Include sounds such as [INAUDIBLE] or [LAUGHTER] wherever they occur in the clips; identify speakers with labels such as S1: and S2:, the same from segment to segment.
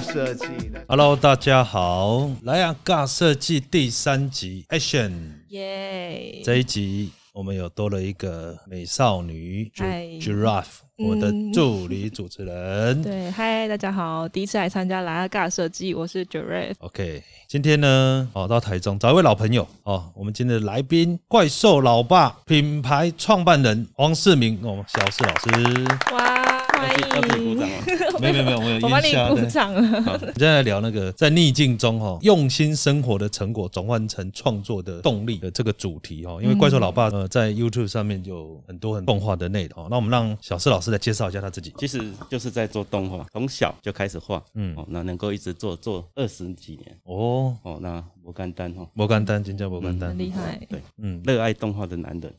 S1: 设计的。
S2: Hello，大家好，莱昂尬设计第三集 Action
S3: 耶！
S2: 这一集，我们有多了一个美少女
S3: 嗨
S2: Gi- Giraffe，我的
S3: 嗯
S2: 助理主持人。
S3: 对，嗨，大家好，第一次来参加拉嘎设计，我是 j u r a f
S2: OK，今天呢，哦，到台中找一位老朋友哦。我们今天的来宾，怪兽老爸品牌创办人黄世明，哦，小世老师。
S3: 哇，欢
S4: 要自己要自己鼓掌
S3: 迎！
S4: 哦。 [LAUGHS]
S2: 没有没有没 [LAUGHS] 有，我有
S3: 我帮
S2: 印
S3: 你
S2: 象
S3: 鼓
S2: 的。
S3: 掌了。
S4: 好
S2: 我们现在来聊那个在逆境中哈、哦，用心生活的成果转换成创作的动力的这个主题哈、哦，因为怪兽老爸、呃在 YouTube 上面有很多很动画的内容、哦，那我们让小施老师来介绍一下他自己。
S4: 其实就是在做动画，从小就开始画，
S2: 嗯
S4: 嗯，哦，那能够一直做做二十几年，
S2: 哦，
S4: 哦，那不干单哦，
S2: 摩甘丹，金叫摩甘丹
S3: 很，厉害，
S4: 对，
S2: 嗯，
S4: 热爱动画的男人。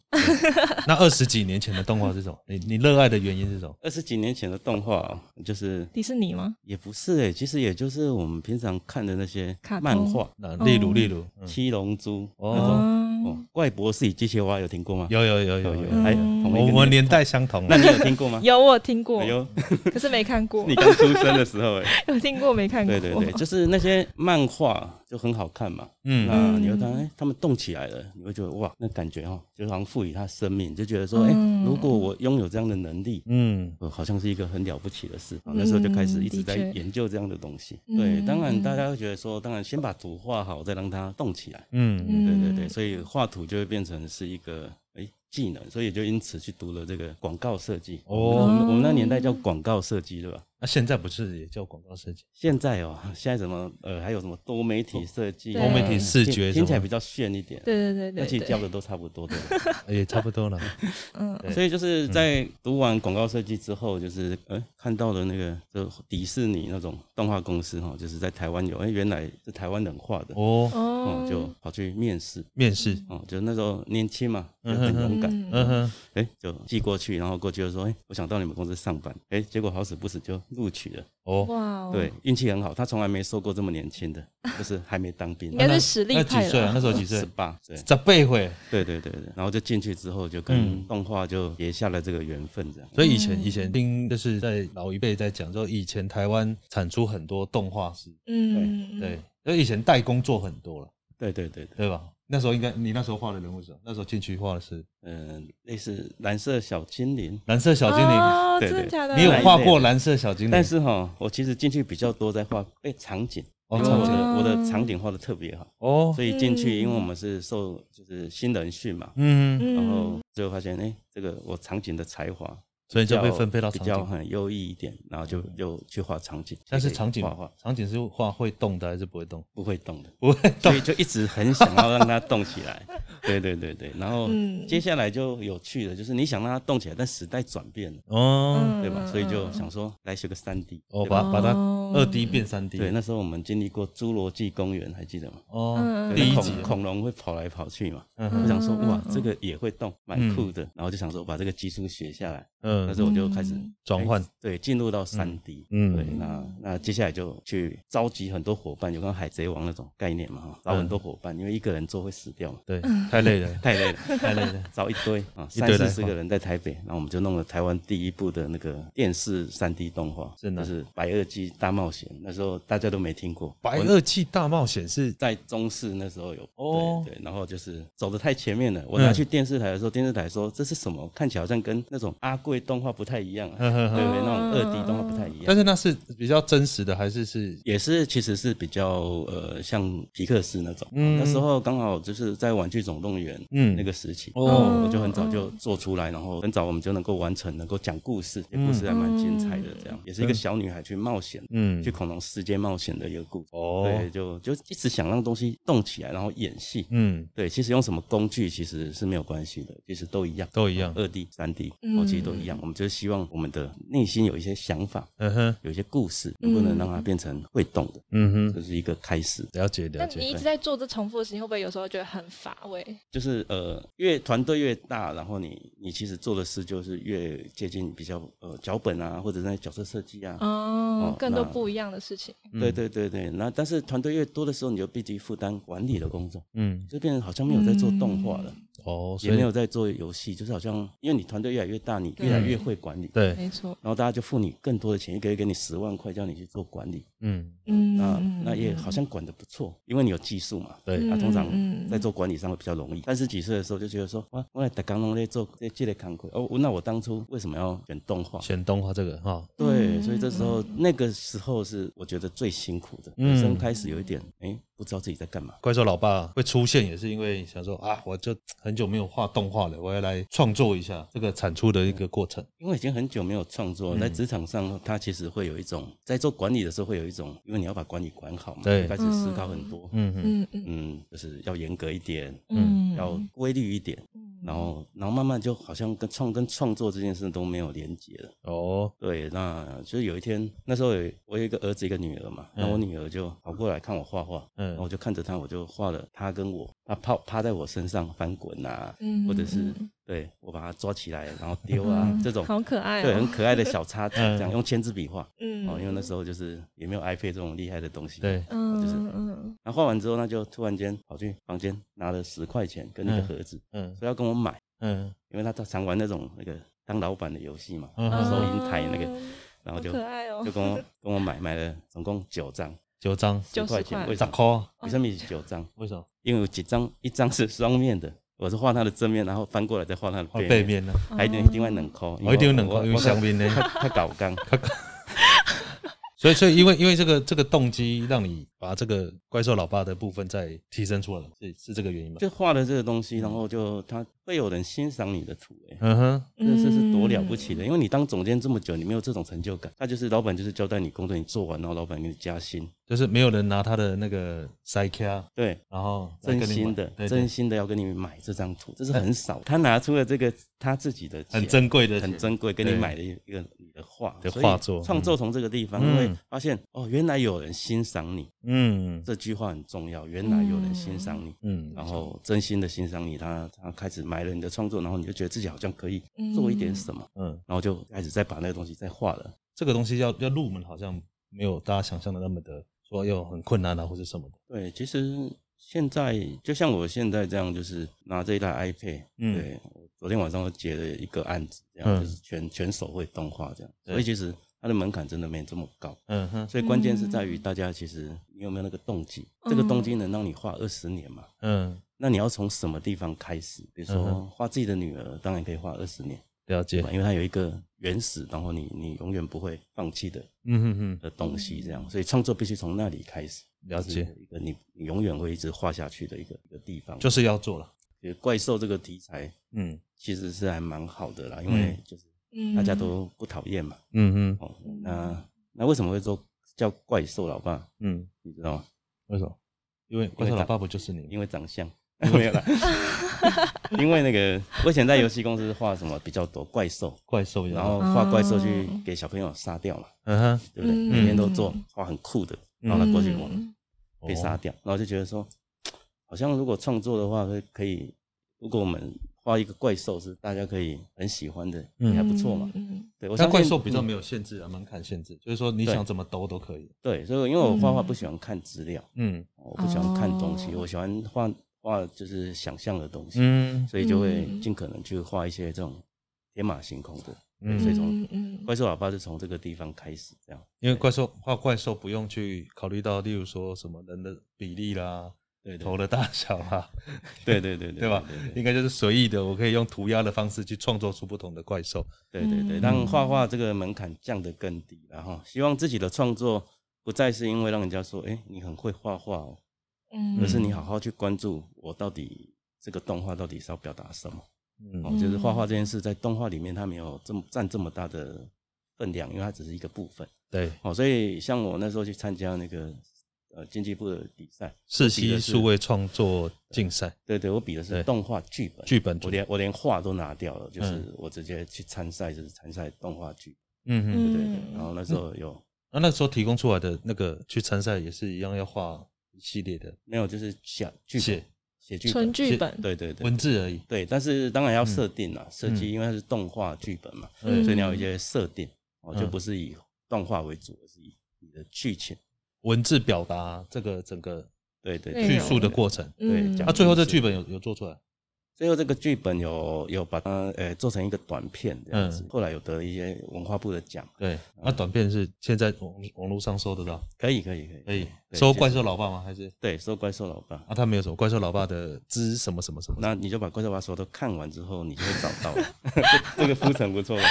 S2: 那二十几年前的动画是什么？你你热爱的原因是什么？
S4: 二十几年前的动画、哦，就是
S3: 迪士尼吗？
S4: 也不是哎、其实也就是我们平常看的那些
S3: 卡通
S4: 漫画，
S2: 那例如例如，嗯
S4: 七龙珠》那种。
S3: 哦，
S4: 哦，怪博士与机械蛙有听过吗？
S2: 有有有有有，
S4: 还有
S3: 嗯
S4: 同一
S2: 我
S4: 个
S2: 们
S4: 年
S2: 年代相同啊
S4: 那。你有听过吗？
S3: [LAUGHS] 有我有听过
S4: 哎，呦，
S3: 可是没看
S4: [LAUGHS]
S3: 过
S4: 你，刚出生的时候哎、
S3: 有听过没看过？
S4: 对
S3: [LAUGHS]
S4: 对对，就是那些漫画就很好看嘛，
S2: 嗯
S4: 那你会看，哎、他们动起来了，你会觉得哇，那感觉哦，就好像赋予它生命，就觉得说，哎、
S3: 嗯
S4: 如果我拥有这样的能力，
S2: 嗯，
S4: 呃，好像是一个很了不起的事。啊
S3: 嗯
S4: 那时候就开始一直在
S3: 的确
S4: 研究这样的东西。
S3: 嗯
S4: 对，当然大家会觉得说，当然先把图画好，再让它动起来。
S2: 嗯
S3: 嗯
S4: 对对对，所以画图就会变成是一个哎、技能，所以就因此去读了这个广告设计。
S2: 哦
S4: 我们我们那年代叫广告设计，对吧？
S2: 那现在不是也叫广告设计？
S4: 现在哦， [LAUGHS] 现在什么呃，还有什么多媒体设计、
S3: 多媒体
S2: 视觉
S4: 听
S2: 什么
S4: 听起来比较炫一点。
S3: 对对
S4: 那
S3: 对
S4: 其
S3: 对
S4: 实教
S3: 对，
S4: 的都差不多的，
S2: 也差不 [LAUGHS] 多了。
S3: 嗯，
S2: 对
S4: 所以就是在读完广告设计之后，就是呃看到了那个就迪士尼那种动画公司哈，就是在台湾有，哎、原来是台湾人画的，哦、
S2: 哦，
S3: 哦
S4: 就跑去面试，
S2: 面试，
S4: 哦、就那时候年轻嘛，就很勇敢，哎、
S3: 嗯
S2: 嗯哼，
S4: 就寄过去，然后过去就说，哎、我想到你们公司上班，哎、结果好死不死就录取了，
S2: 哦，
S3: 哇哦，
S4: 对，，运气很好，他从来没收过这么年轻的，就是还没当
S3: [LAUGHS]
S4: 兵
S3: 应，该是实力
S2: 那
S3: 派
S2: 几岁啊？
S3: 了。
S2: 那时候几岁
S4: 哦十？八，对，
S2: 十倍会，
S4: 对对对对，然后就进去之后就
S2: 嗯
S4: 跟动画就结下了这个缘分，这样。
S2: 所以以
S3: 嗯
S2: 前以前听就是在老一辈在讲，说以前台湾产出很多动画师，
S3: 嗯，
S2: 对，所以以前代工做很多了，
S4: 对对对对，
S2: 对吧？那时候应该你那时候画的人物是什么？那时候进去画的是
S4: 嗯、类似蓝色小精灵，
S2: 蓝色小精灵，
S3: 哦，
S4: 对
S3: 真的
S4: 对
S3: 假的？
S2: 你有
S4: 蓝
S2: 画
S4: 色
S2: 过蓝色小精灵？
S4: 但是哈，我其实进去比较多在画被场景，
S2: 哦
S4: 因为我
S2: 场景
S4: 的我的场景画的特别好，
S2: 哦，
S4: 所以进去，
S3: 嗯
S4: 因为我们是受就是新人训嘛，
S2: 嗯，
S3: 嗯，
S4: 然后就发现哎、诶这个我场景的才华
S2: 所以
S4: 比
S2: 就
S4: 较
S2: 被分配到
S4: 比
S2: 场
S4: 较
S2: 景。嗯
S4: 很优异一点，然后就又去画场景，
S2: 但是
S4: 就可以
S2: 场景
S4: 画画
S2: 场景是画会动的还是不会动？ [LAUGHS]
S4: 不会动的，
S2: 不会
S4: 所
S2: 动
S4: 以就一直很想要让它动起
S2: [LAUGHS]
S4: 来。对对对对，然后
S3: 嗯
S4: 接下来就有趣的，就是你想让它动起来，但时代转变了，
S2: 哦
S4: 对吧？所以就
S3: 嗯
S4: 想说来学个三 D，
S2: 哦，
S4: 对吧
S2: 把把它
S3: 哦
S2: 二 D 变三 D。
S4: 对，那时候我们经历过侏罗纪公园，还记得吗？
S2: 哦
S3: 嗯，嗯
S2: 第一
S4: 恐
S2: 集，
S4: 恐龙会跑来跑去嘛，
S2: 嗯
S4: 我
S2: 哼
S4: 想说
S3: 嗯
S4: 哇
S3: 嗯，
S4: 这个也会动，蛮酷的，然后就想说把这个技术学下来，那时
S2: 嗯，
S4: 候我就开始
S3: 嗯
S2: 转换
S4: 哎
S2: [LAUGHS]
S4: 对，进入到三 D，
S2: 嗯嗯
S4: 对，那那接下来就去召集很多伙伴，有刚海贼王那种概念嘛
S2: 嗯
S4: 哈，找很多伙伴，因为一个人做会死掉嘛。
S2: 对，
S3: 嗯
S2: 太累
S3: [LAUGHS]
S2: 了，
S4: 太累了，太累了，找一堆啊，
S2: 一堆
S4: 三
S2: 来
S4: 四十
S2: 画
S4: 个人在台北，然后我们就弄了台湾第一部的那个电视三 D 动画，
S2: 真的啊
S4: 就是《白垩纪大冒险》，那时候大家都没听过，
S2: [LAUGHS] 白垩纪大冒险是
S4: 在中视那时候有
S2: 哦
S4: 对对，然后就是走的太前面了。我
S2: 嗯
S4: 拿去电视台的时候，电视台说这是什么？看起来好像跟那种阿贵动画不太一样、啊，
S2: 呵
S4: 对
S2: 呵呵
S4: 对，那种二 D 动画不太一样
S2: 但。是那是比较真实的，还是是
S4: 也是，其实是比较呃，像皮克斯那种。
S2: 嗯
S4: 那时候刚好就是在《玩具总动员》
S2: 嗯
S4: 那个时期，
S2: 哦
S4: 我就很早就做出来，然后很早我们就能够完成，能够讲故事，也故事还蛮精彩的。这样也是一个小女孩去冒险，
S2: 嗯
S4: 去恐龙世界冒险的一个故事。
S2: 哦
S4: 对，就就一直想让东西动起来，然后演戏。
S2: 嗯
S4: 对，其实用什么工具其实是没有关系的，其实都一样，
S2: 都一样，
S4: 二 D、三 D，
S3: 嗯
S4: 哦，其实都一样。我们就是希望我们的内心有一些想法，
S2: 嗯哼
S4: 有一些故事，能不能让它变成会动的，
S2: 嗯
S4: 这
S2: 哼，
S4: 是一个开始。
S2: 了解了
S3: 嗯但你
S2: 解，
S3: 一直在做这重复的事情，会不会有时候觉得很乏味？对，
S4: 就是呃，越团队越大，然后你你其实做的事就是越接近比较呃脚本啊，或者那些角色设计啊。
S3: 哦
S4: 哦，
S3: 更多
S4: 那
S3: 不一样的事情，
S2: 嗯
S4: 对对对对，那但是团队越多的时候，你就必须负担管理的工作，
S2: 嗯，
S4: 就变成好像没有在做动画了，
S2: 哦，
S4: 也
S2: 所
S4: 没
S2: 以
S4: 有在做游戏，就是好像因为你团队越来越大，你
S3: 对
S4: 越来越会管理，
S2: 对，
S3: 没错，
S4: 然后大家就付你更多的钱，一个月给你十万块，叫你去做管理，
S2: 嗯，
S3: 嗯，嗯
S4: 那啊那也
S3: 嗯
S4: 好像管得不错，因为你有技术嘛，
S2: 对，
S4: 啊，
S3: 嗯
S4: 通常
S3: 嗯嗯
S4: 在做管理上会比较容易。三十几岁的时候就觉得说，哇，我来打工拢在做这这类工作，哦，那我当初为什么要选动画？
S2: 选动画这个哈，
S3: 嗯
S4: 对，所以这时候那个时候是我觉得最辛苦的，
S2: 嗯
S4: 人生开始有一点，哎，不知道自己在干嘛。
S2: 怪兽老爸会出现，也是因为想说啊，我就很久没有画动画了，我要来创作一下这个产出的一个过程。
S4: 因为已经很久没有创作，
S2: 嗯
S4: 在职场上，他其实会有一种在做管理的时候会有一种，因为你要把管理管好嘛，
S2: 对
S4: 开始思考很多，
S2: 嗯嗯
S3: 嗯嗯
S4: 嗯，就是要严格一点，
S2: 嗯
S3: 嗯，
S4: 要规律一点，然后然后慢慢就好像跟创跟创作这件事都没有连接了。
S2: 哦，
S4: 对，那就是有一天，那时候有我有一个儿子，一个女儿嘛，那
S3: 嗯
S4: 我女儿就跑过来看我画画，
S2: 嗯
S4: 然后我就看着她，我就画了她跟我，她趴趴在我身上翻滚啊，
S3: 嗯
S4: 或者是
S3: 嗯嗯
S4: 对我把她抓起来然后丢啊、
S3: 嗯
S4: 这种，
S3: 好可爱哦，
S4: 对，很可爱的小插图，
S2: 嗯
S4: 这样用签字笔画
S3: 嗯，
S4: 哦，因为那时候就是也没有 iPad 这种厉害的东西，。
S2: 对，
S3: 嗯
S4: 就是
S3: 嗯
S4: 那画完之后，那就突然间跑去房间拿了十块钱跟一个
S2: 嗯
S4: 盒子，
S2: 嗯
S4: 说要跟我买，
S2: 嗯
S4: 因为他常玩那种那个当老板的游戏嘛，
S2: 嗯
S3: 嗯，
S4: 那时候已经台那个，
S3: 嗯好
S4: 然后就
S3: 可爱哦
S4: 就，跟我跟我买买了总共九张，
S2: 九张，
S3: 九
S4: 块
S3: 十
S4: 钱
S3: 块，哦
S4: 为
S2: 十
S4: 啥
S2: 块，
S4: 为什么是九张？
S2: 为什么？
S4: 因为有几张，一张是双面的，我是画它的正面，然后翻过来再画它的
S2: 哦
S4: 背，面，
S2: 背面呢？
S4: 还一定一定会冷抠，
S2: 哦，一定有两块，有
S4: 想
S2: 香槟呢。
S4: 他搞刚，
S2: [LAUGHS] 所以，所以因为因为这个这个动机，让你把这个怪兽老爸的部分再提升出来嘛，是是这个原因吗？
S4: 就画了这个东西，然后就他会有人欣赏你的图、欸，
S2: 嗯哼，
S4: 这这是多了不起的，因为你当总监这么久，你没有这种成就感，那就是老板就是交代你工作你做完，然后老板给你加薪，
S2: 就是没有人拿他的那个塞卡，
S4: 对。
S2: 然后来
S4: 真
S2: 跟你
S4: 心
S2: 买
S4: 的
S2: 对，对
S4: 真心的要跟你买这张图，这是很少。他拿出了这个他自己的钱
S2: 很珍贵的，
S4: 很珍贵，跟你
S2: 对
S4: 买了一个你的画
S2: 的
S4: 所以
S2: 画作
S4: 创作从这个地方，
S2: 嗯
S4: 因为发现哦，原来有人欣赏你，
S2: 嗯
S4: 这句话很重要。原来有人欣赏你，
S2: 嗯
S4: 然后真心的欣赏你，他他开始买了你的创作，然后你就觉得自己好像可以做一点什么，
S2: 嗯，
S4: 然后就开始再把那个东西再画了。
S2: 这个东西要要入门，好像没有大家想象的那么的说要很困难啊，或者什么的。
S4: 对，其实现在就像我现在这样，就是拿这一台 iPad，、
S2: 嗯
S4: 对我昨天晚上我接了一个案子，这样、
S2: 嗯
S4: 就是全全手绘动画这样，
S2: 对
S4: 所以其实它的门槛真的没这么高。
S2: 嗯哼，
S4: 所以关键是在于大家其实你有没有那个动机，这个动机能让你画二十年嘛？
S2: 嗯，
S4: 那你要从什么地方开始？比如说
S2: 嗯
S4: 画自己的女儿，当然可以画二十年，
S2: 了
S4: 对
S2: 解
S4: 吧？。因为它有一个原始，然后你你永远不会放弃的
S2: 嗯哼哼，
S4: 的东西，这样，所以创作必须从那里开始。
S2: 了解
S4: 就是一个你你永远会一直画下去的一个一个地方。
S2: 就是要做了。
S4: 其实怪兽这个题材
S2: 嗯
S4: 其实是还蛮好的啦，因为就是
S3: 嗯
S4: 大家都不讨厌嘛。
S2: 嗯哼
S4: 哦，那那为什么会做叫怪兽老爸？
S2: 嗯，
S4: 你知道吗？
S2: 为什么？因为怪兽老爸不就是你吗？
S4: 因为长相没有啦， [LAUGHS] 因为那个我以前在游戏公司画什么比较多怪兽，
S2: 怪兽一样
S4: 然后画怪兽去给小朋友杀掉嘛，
S2: 嗯哼，
S4: 对不对？
S3: 嗯
S4: 每天都做画很酷的，然后他过去玩
S3: 嗯
S2: 哦
S4: 被杀掉，然后就觉得说，好像如果创作的话，会可以，如果我们画一个怪兽是大家可以很喜欢的，
S2: 嗯
S4: 也还不错嘛。
S3: 嗯
S4: 对，我
S2: 但
S4: 相
S2: 怪
S4: 信
S2: 兽比较没
S4: 有
S2: 有限制啊，门槛限制，就是说你想怎么抖都可以。
S4: 对，所以因为我画画不喜欢看资料，
S2: 嗯
S4: 我不喜欢看东西，
S3: 哦
S4: 我喜欢画画就是想象的东西。
S2: 嗯
S4: 所以就会
S3: 嗯
S4: 尽可能去画一些这种天马行空的。
S2: 嗯
S4: 嗯，所以从
S3: 嗯嗯
S4: 怪兽老爸是从这个地方开始，这样
S2: 因为怪兽画怪兽不用去考虑到，例如说什么人的比例啦、
S4: 对对
S2: 头的大小啦，
S4: 对对对
S2: 对吧？
S4: 对
S2: 应该就是随意的，我可以用涂鸦的方式去创作出不同的怪兽。
S4: 对对
S2: 嗯
S4: 对，让画画这个门槛降得更低，然后希望自己的创作不再是因为让人家说，哎，你很会画画哦，
S3: 嗯，
S4: 而是你好好去关注我到底这个动画到底是要表达什么。
S2: 嗯
S4: 哦，就是画画这件事在动画里面它没有这么占这么大的分量，因为它只是一个部分。
S2: 对，
S4: 哦，所以像我那时候去参加那个呃经济部的比赛，
S2: 四
S4: 我比
S2: 期
S4: 的是
S2: 数位创作竞赛，
S4: 对对，我比的
S2: 对
S4: 是动画剧本，
S2: 剧本
S4: 我连我连画都拿掉了，就是
S2: 嗯
S4: 我直接去参赛，就是参赛动画剧，
S2: 嗯嗯，
S4: 对
S3: 嗯
S4: 对对。然后那时候有
S2: 那那时候提供出来的那个去参赛也是一样要画一系列的
S4: 没有就是想剧
S2: 写
S4: 本写剧
S3: 纯
S4: 本，
S3: 剧本，
S4: 对对对
S2: 文嗯字而已。
S4: 对，但是当然要设定啦，设计因为它是动画剧本嘛，
S3: 嗯
S4: 所以你要有一些设定哦，
S2: 嗯
S4: 就不是以动画为主，而是以你的剧情。
S2: 文字表达这个整个
S4: 对对，
S3: 内
S4: 对
S2: 叙
S3: 容
S2: 述的过程。啊
S4: 对
S3: 嗯
S4: 讲
S2: 那最后这剧本有有做出来？
S4: 最后这个剧本有有把它呃做成一个短片这样子，
S2: 嗯
S4: 后来有得一些文化部的奖，
S2: 对，那啊短片是现在网网络上搜得到，
S4: 可以可以可以
S2: 可以
S4: 对
S2: 搜
S4: 就
S2: 怪兽老爸吗？还是
S4: 对收怪兽老爸，
S2: 啊？他没有什么怪兽老爸的之什么什么什么？
S4: 那你就把怪兽爸所有都看完之后，你就会找
S2: [LAUGHS]
S4: 到了。这个铺陈不错吧？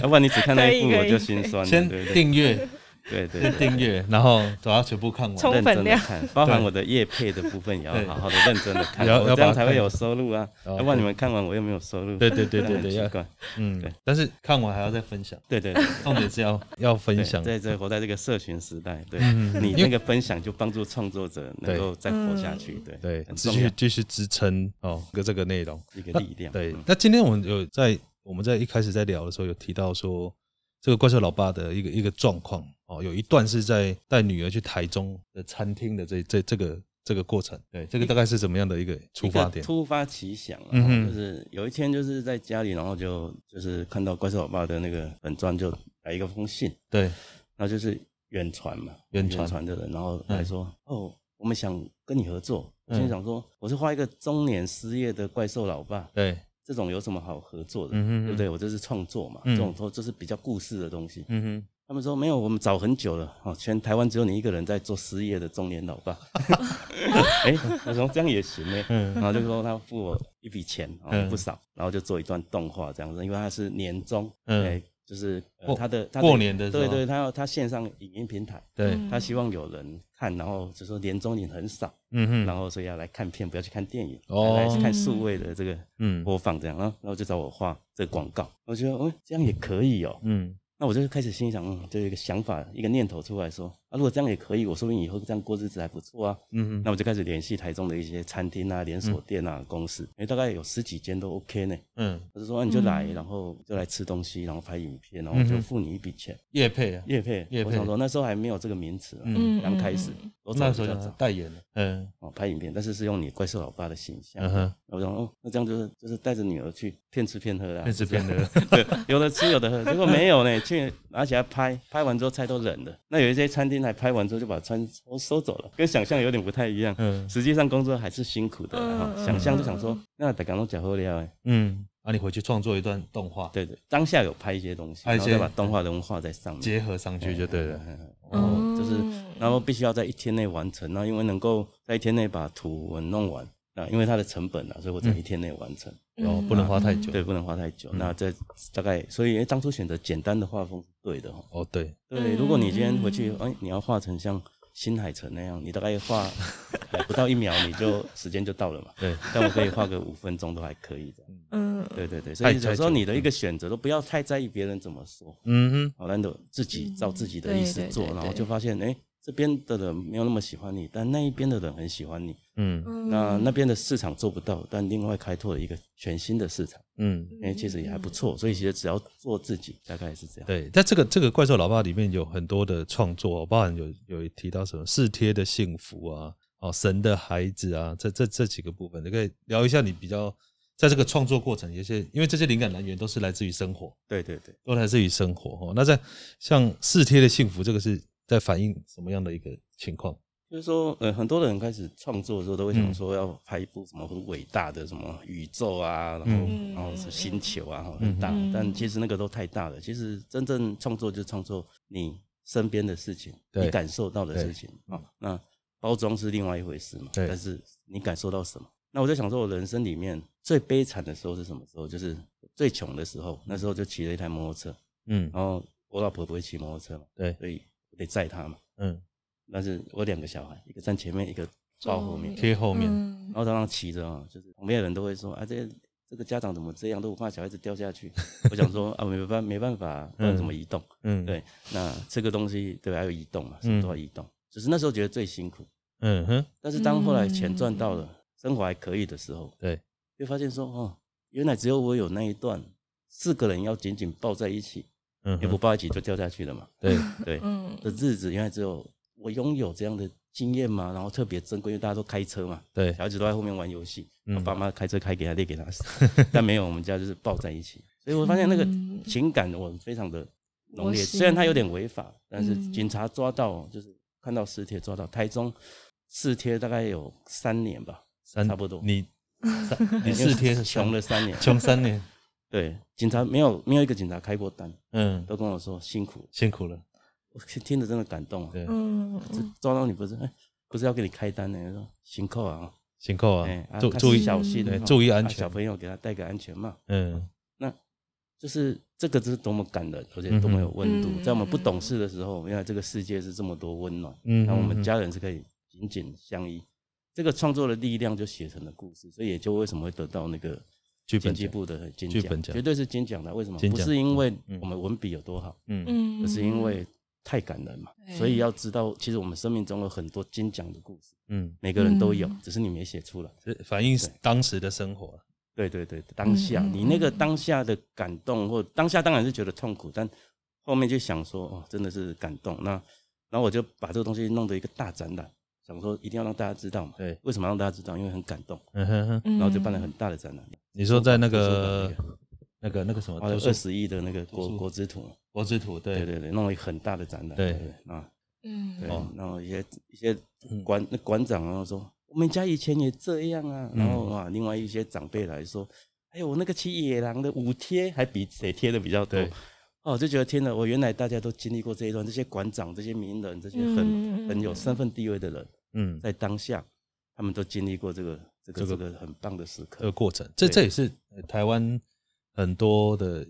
S4: 要不然你只看那一部
S3: 可以可
S4: 我
S3: 以
S4: 就心酸了。
S2: 先
S4: 对对
S2: 订阅，
S4: 对对
S2: 先 [LAUGHS]
S4: 对，
S2: 订阅，然后把它全部看完。
S4: [LAUGHS]
S3: 从
S4: 认
S3: 充分
S4: 真的
S3: 量
S4: 看，包含我的业配的部分也
S2: [LAUGHS]
S4: 要
S2: 对
S4: 好好的认真的看，
S2: 要
S4: 我
S2: 要把
S4: 这
S2: 它
S4: 样才会有收入啊。
S2: 哦
S4: 要不然你们看完我又没有收入。
S2: 对对对
S4: 这样
S2: 对对
S4: [LAUGHS] 很
S2: 要
S4: 奇怪。
S2: 嗯
S4: 对，
S2: 但是看完还要再分享，
S4: 对对对
S2: 重点是
S4: [LAUGHS]
S2: 要要分
S4: 对，
S2: 享。
S4: 在这活在这个社群时代，对
S2: 嗯
S4: 你那个分享就帮助创作者能够再活下去，对
S2: 嗯对，
S4: 很
S2: 继
S4: 重要
S2: 续继续支撑哦，这个内容。
S4: 一个力量。
S2: 对
S4: 嗯，
S2: 那今天我们有在我们在一开始在聊的时候有提到说，这个怪兽老爸的一个一个状况哦，有一段是在带女儿去台中的餐厅的这这这个这个过程，对，这个大概是怎么样的一个出发
S4: 一
S2: 点
S4: 个？突发奇想啊，
S2: 嗯哼
S4: 就是有一天就是在家里，然后就就是看到怪兽老爸的那个本传，就来一个封信，
S2: 对，
S4: 然后就是远传嘛，
S2: 远传嗯
S4: 的人，然后来说、哦，我们想跟你合作，我心想说，我是画一个中年失业的怪兽老爸，
S2: 对，
S4: 这种有什么好合作的，
S2: 嗯哼嗯
S4: 对不对？我这是创作嘛，
S2: 嗯
S4: 这种说这是比较故事的东西。
S2: 嗯哼，
S4: 他们说没有，我们找很久了，哦，全台湾只有你一个人在做失业的中年老
S2: [LAUGHS]
S4: 爸。哎、我说这样也行呢、
S2: 嗯
S4: 然后就说他付我一笔钱，哦
S2: 嗯，
S4: 不少，然后就做一段动画这样子，因为他是年终，
S2: 嗯
S4: 哎，就是呃
S2: 过
S4: 他的他
S2: 过年的时候
S4: 对对，他要他线上影音平台，
S2: 对，
S3: 嗯
S4: 他希望有人看，然后就说年终领很少，
S2: 嗯
S4: 然
S2: 哼，
S4: 后所以要来看片，不要去看电影，
S2: 哦
S4: 来看数位的这个
S2: 嗯
S4: 播放这样，然后然后就找我画这个广告，我觉得哦这样也可以哦，
S2: 嗯，
S4: 那我就开始心想，嗯，就有一个想法，一个念头出来说，啊，如果这样也可以，我说不定以后这样过日子还不错啊。
S2: 嗯
S4: 那我就开始联系台中的一些餐厅啊、连锁店啊、公司，因为大概有十几间都 OK 呢。
S2: 嗯，
S4: 我就说、啊、你就来，
S3: 嗯
S4: 然后就来吃东西，然后拍影片，然后我
S2: 嗯
S4: 就
S2: 哼
S4: 付你一笔钱。
S2: 叶配啊，
S4: 叶配，
S2: 业配
S4: 我想说那时候还没有这个名词、啊，
S2: 嗯
S4: 刚开始，我找
S2: 那
S4: 比
S2: 时候
S4: 较
S2: 就
S4: 早
S2: 代言了，嗯
S4: 哦拍影片，但是是用你怪兽老爸的形象。
S2: 嗯哼，
S4: 我想哦，那这样就是就是带着女儿去骗吃骗喝啊，
S2: 那这边的，
S4: 对， [LAUGHS] 有的吃有的喝，结果没有呢， [LAUGHS] 去而且还拍，拍完之后菜都冷了。那有一些餐厅还拍完之后就把餐收收走了，跟想象有点不太一样。
S2: 嗯
S4: 实际上工作还是辛苦的啦
S3: 嗯
S4: 哈，想象就想说，那得赶到假后料哎，
S2: 嗯，啊，你回去创作一段动画，
S4: 对对，当下有拍一些东西，
S2: 拍一
S4: 然
S2: 些
S4: 后再把动画人物画在上面，
S2: 结合上去就对
S4: 嗯
S2: 了，
S4: 然后哦就是
S3: 嗯，
S4: 然后必须要在一天内完成，那因为能够在一天内把图文弄完，那因为它的成本啊，所以我在一天内完成。
S3: 嗯
S2: 哦，不能花太久，
S4: 嗯对，不能花太久。那这大概，所以诶当初选择简单的画风是对的哈。
S2: 哦，对，
S4: 对，如果你今天回去，哎，你要画成像新海诚那样，你大概画呃不到一秒，你就时间就到了嘛。
S2: 对，
S4: 但我可以画个五分钟都还可以的。
S3: 嗯，
S4: 对对对，所以
S2: 太
S4: 有时候
S2: 太
S4: 你的一个选择都不要太在意别人怎么说，
S2: 嗯哼。
S4: 好，那都自己照自己的意
S3: 嗯
S4: 思
S3: 对对
S4: 做，
S3: 对
S4: 然后
S3: 对
S4: 就发现，哎，这边的人没有那么喜欢你，但那一边的人很喜欢你。
S2: 嗯
S4: 那那边的市场做不到，但另外开拓了一个全新的市场，
S2: 嗯，
S4: 哎，其实也还不错。所以其实只要做自己，大概是这样。
S2: 对，在这个这个怪兽老爸里面有很多的创作，包含有有提到什么四贴的幸福啊，哦神的孩子啊，这这这几个部分，你可以聊一下你比较在这个创作过程，有些因为这些灵感来源都是来自于生活，
S4: 对对对。
S2: 都来自于生活哦。那在像四贴的幸福，这个是在反映什么样的一个情况？
S4: 就是说，呃，很多人开始创作的时候，都会
S2: 嗯
S4: 想说要拍一部什么很伟大的什么宇宙啊，然后、
S3: 嗯
S4: 然后是星球啊，
S2: 嗯
S4: 很大。
S3: 嗯
S4: 但其实那个都太大了。其实真正创作就创作你身边的事情，
S2: 对嗯
S4: 你感受到的事情啊、那包装是另外一回事嘛，
S2: 对
S4: 但是你感受到什么？那我就想说，我人生里面最悲惨的时候是什么时候？就是最穷的时候。那时候就骑了一台摩托车，
S2: 嗯
S4: 然后我老婆不会骑摩托车嘛，
S2: 对
S4: 所以我得载她嘛。
S2: 嗯，
S4: 但是我有两个小孩，一个站前面，一个抱后面，
S2: 贴后
S3: 嗯
S2: 面，
S4: 然后常常骑着啊，就是旁边的人都会说啊，这这个家长怎么这样，都不怕小孩子掉下去。我想说啊，没办没办法，不然怎么移动？
S2: 嗯，
S4: 对，那这个东西对吧，还有移动嘛，什
S2: 嗯
S4: 么都要移动。就是那时候觉得最辛苦，
S2: 嗯哼，
S4: 但是当后来钱赚到了，生活还可以的时候，
S2: 对，
S4: 就发现说哦，原来只有我有那一段四个人要紧紧抱在一起，
S2: 嗯
S4: 也不
S2: 哼，
S4: 抱在一起就掉下去了嘛。
S2: 对，
S4: 对，
S3: 嗯
S4: 的日子，原来只有我拥有这样的经验嘛，然后特别珍贵，因为大家都开车嘛，
S2: 对
S4: [LAUGHS] 小，孩子都在后面玩游戏，我
S2: 嗯
S4: 爸妈开车开给他，列给他，
S2: [LAUGHS]
S4: 但没有，我们家就是抱在一起，所以我发现那个
S3: 嗯
S4: 情感我们非常的浓
S3: 我
S4: 烈，
S3: 是
S4: 虽然他有点违法，但是
S3: 嗯
S4: 警察抓到就是看到尸体抓到，台中四贴大概有三年吧，
S2: 三
S4: 差不多 [LAUGHS]
S2: 你三你四天
S4: 穷了三年，
S2: 穷三年，
S4: 对，警察没有没有一个警察开过单，
S2: 嗯，
S4: 都跟我说辛苦，
S2: 辛苦了，
S4: 我听听着真的感动啊，
S2: 对，
S3: 嗯，
S4: 这抓到你不是哎。不是要给你开单呢、说辛苦啊，
S2: 辛苦啊
S4: 哎、，啊
S2: 注
S4: 开
S2: 注
S4: 始
S2: 意，
S4: 小心，
S2: 对
S4: 哦
S2: 注意安
S4: 啊
S2: 全
S4: 小朋友给他戴个安全帽，
S2: 嗯，
S4: 就是这个是多么感人，而且多么有温度。
S3: 嗯
S4: 在我们不懂事的时候，原来这个世界是这么多温暖，
S2: 嗯
S4: 那我们
S2: 嗯
S4: 家人是可以紧紧相依。这个创作的力量就写成了故事，所以也就为什么会得到那个
S2: 剧
S4: 经
S2: 本
S4: 济
S2: 奖，
S4: 部的金
S2: 剧
S4: 奖
S2: 本，奖
S4: 绝对是金奖的。为什么？
S2: 金
S4: 不
S2: 奖
S4: 是因为
S2: 嗯
S4: 我们文笔有多好，
S2: 嗯，
S3: 嗯，
S4: 而是因为太感人嘛。
S3: 对
S4: 所以要知道，其实我们生命中有很多金奖的故事，
S2: 嗯，
S4: 每个人都有
S3: 嗯，
S4: 只是你没写出来。
S2: 这反映
S4: 对
S2: 当时的生活，
S4: 对对对，当下
S3: 嗯嗯
S4: 你那个
S3: 嗯
S4: 当下的感动，或当下当然是觉得痛苦，但后面就想说，哦，真的是感动。那然后我就把这个东西弄得一个大展览，想说一定要让大家知道嘛。
S2: 对，
S4: 为什么让大家知道？因为很感动，
S2: 嗯哼哼，
S3: 嗯，
S4: 然后就办了很大的展览，
S2: 你说在那
S4: 图
S2: 个
S4: 书馆
S2: 那个那个什么
S4: 花了
S2: 图
S4: 哦二
S2: 书
S4: 十亿的那个
S2: 图
S4: 国
S2: 书
S4: 国之图嘛。
S2: 国之图，
S4: 对
S2: 对，
S4: 对对，弄了一个很大的展览。
S2: 对
S4: 啊，
S3: 嗯，
S4: 对
S2: 哦，
S4: 然后一些一些
S2: 嗯
S4: 馆那馆长然后说，我们家以前也这样啊，
S2: 嗯
S4: 然后啊，另外一些长辈来说，哎呦，我那个骑野狼的五贴还比谁贴的比较多
S2: 对，
S4: 哦，就觉得天哪，我原来大家都经历过这一段，这些馆长、这些名人、这些很、
S3: 嗯
S4: 很有身份地位的人，
S2: 嗯，
S4: 在当下，他们都经历过这个这个
S2: 这
S4: 这
S2: 个
S4: 个很棒的时
S2: 这个
S4: 刻，
S2: 过程，这
S4: 对
S2: 这也是呃台湾很多的，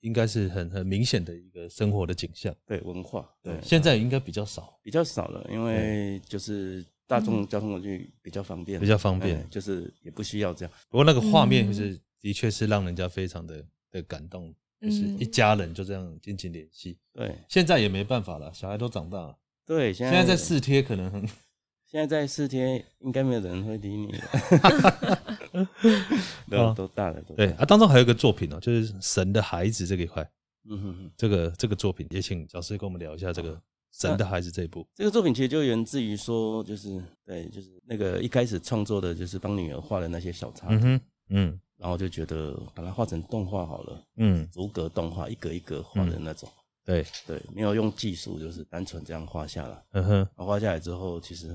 S2: 应该是很很明显的一个生活的景象。
S4: 对文化，对，
S2: 现在应该比较少，
S4: 比较少了，因为就是大众交通工具比较方便，
S2: 比较方便
S4: 哎就是也不需要这样。
S2: 不过那个画面
S3: 嗯
S2: 就是的确是让人家非常的的感动，就是
S3: 嗯
S2: 一家人就这样紧紧联系。
S4: 对
S2: 现在也没办法了，小孩都长大了，
S4: 对，现
S2: 现
S4: 在
S2: 在在四贴可能很
S4: 现在在四天，应该没有人会理你了。
S2: [LAUGHS]
S4: 都都大了，都大
S2: 对
S4: 了
S2: 啊。当中还有一个作品哦，就是《神的孩子》这个一块，
S4: 嗯哼哼，
S2: 这个这个作品也请小师跟我们聊一下这个《神的孩子》这一部。
S4: 这个作品其实就源自于说，就是对，就是那个一开始创作的，就是帮女儿画的那些小插图，
S2: 嗯哼，嗯
S4: 然后就觉得把它画成动画好了，
S2: 嗯，
S4: 逐格动画，一格一格画的那种。
S2: 对，
S4: 对，没有用技术，就是单纯这样画下来。
S2: 嗯哼，
S4: 然后画下来之后，其实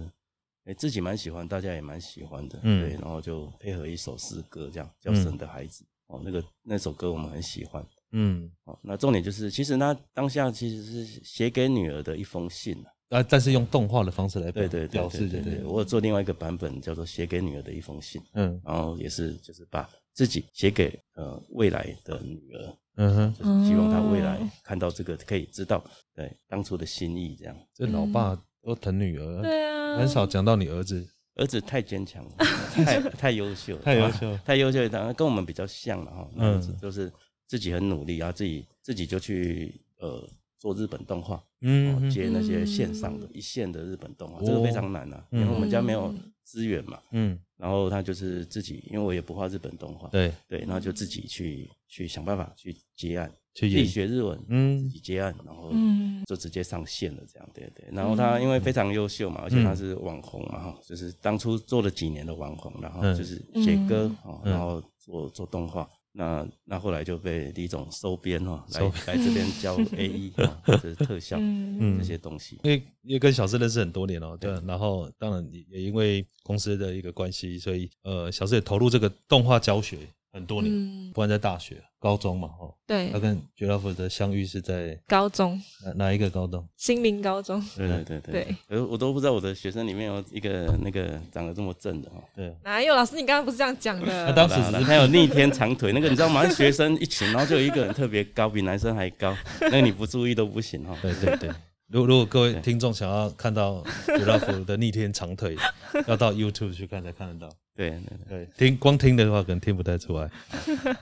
S4: 诶自己蛮喜欢，大家也蛮喜欢的，
S2: 嗯
S4: 对，然后就配合一首诗歌，这样叫《神的孩子》哦，那个那首歌我们很喜欢。
S2: 嗯
S4: 哦，那重点就是，其实那当下其实是写给女儿的一封信啊
S2: 啊，但是用动画的方式来
S4: 对对对
S2: 表
S4: 对
S2: 示，
S4: 对
S2: 对
S4: 对，
S2: 对，
S4: 我有做另外一个版本叫做《写给女儿的一封信》，
S2: 嗯
S4: 然后也是就是把自己写给呃未来的女儿，
S2: 嗯哼。
S4: 就是希望她未来
S3: 哦
S4: 看到这个可以知道对当初的心意这样。
S2: 这老爸都疼女儿，
S3: 嗯对啊，
S2: 很少讲到你儿子。
S4: 儿子太坚强了，太太优秀了，
S2: 太优秀了
S4: 太优秀了，当然跟我们比较像了哈。
S2: 嗯
S4: 嗯，就是自己很努力，然后自己自己就去呃做日本动画，
S2: 嗯
S4: 哦，接那些线上的、一线的日本动画，这个
S2: 哦
S4: 非常难啊，因
S2: 嗯
S4: 为我们家没有
S3: 嗯
S4: 资源嘛。
S2: 嗯，
S4: 然后他就是自己，因为我也不画日本动画，
S2: 对，
S4: 对，然后就自己去去想办法去接案，
S2: 去
S4: 自己
S2: 演，
S4: 学日文，自
S2: 嗯
S4: 己接案，然后
S3: 嗯
S4: 就直接上线了，这样对对。
S2: 嗯
S4: 然后他因为非常优秀嘛，而且他是网红嘛，哈，就是当初做了几年的网红，然后
S2: 嗯
S4: 就是写歌
S3: 嗯
S4: 哦，
S2: 嗯
S4: 然后做做动画。那那后来就被李总收编哦，来
S2: 收
S4: 来这边教 A
S2: [LAUGHS]
S4: E，就是特效
S3: 嗯
S4: 这些东西。
S2: 因为因为跟小四认识很多年哦，对，然后当然也也因为公司的一个关系，所以呃，小四也投入这个动画教学很多年，
S3: 嗯，
S2: 不管在大学、高中嘛，哦，
S3: 对
S2: 他，
S4: 呃
S2: 跟绝大部分的相遇是在
S3: 高中
S2: 哪哪一个高中？
S3: 心灵高中，
S4: 对对对
S3: 对，
S4: 呃，我都不知道我的学生里面有一个那个长得这么正的哈。
S2: 对，
S3: 哪有老师？你刚刚不是这样讲
S4: [LAUGHS]
S2: 那
S3: 的？
S2: 当时
S4: 好
S2: 只
S4: 啦
S2: 是
S4: 还有逆天长腿那个，你知道吗？学生一群，然后就有一个人特别高，比男生还高，那个你不注意都不行哈。
S2: 对对对。 [LAUGHS] 如如果各位听众想要看到绝大部的逆天长腿，要到 YouTube 去看才看得到。
S4: 对对对
S2: 对，听光听的话可能听不太出来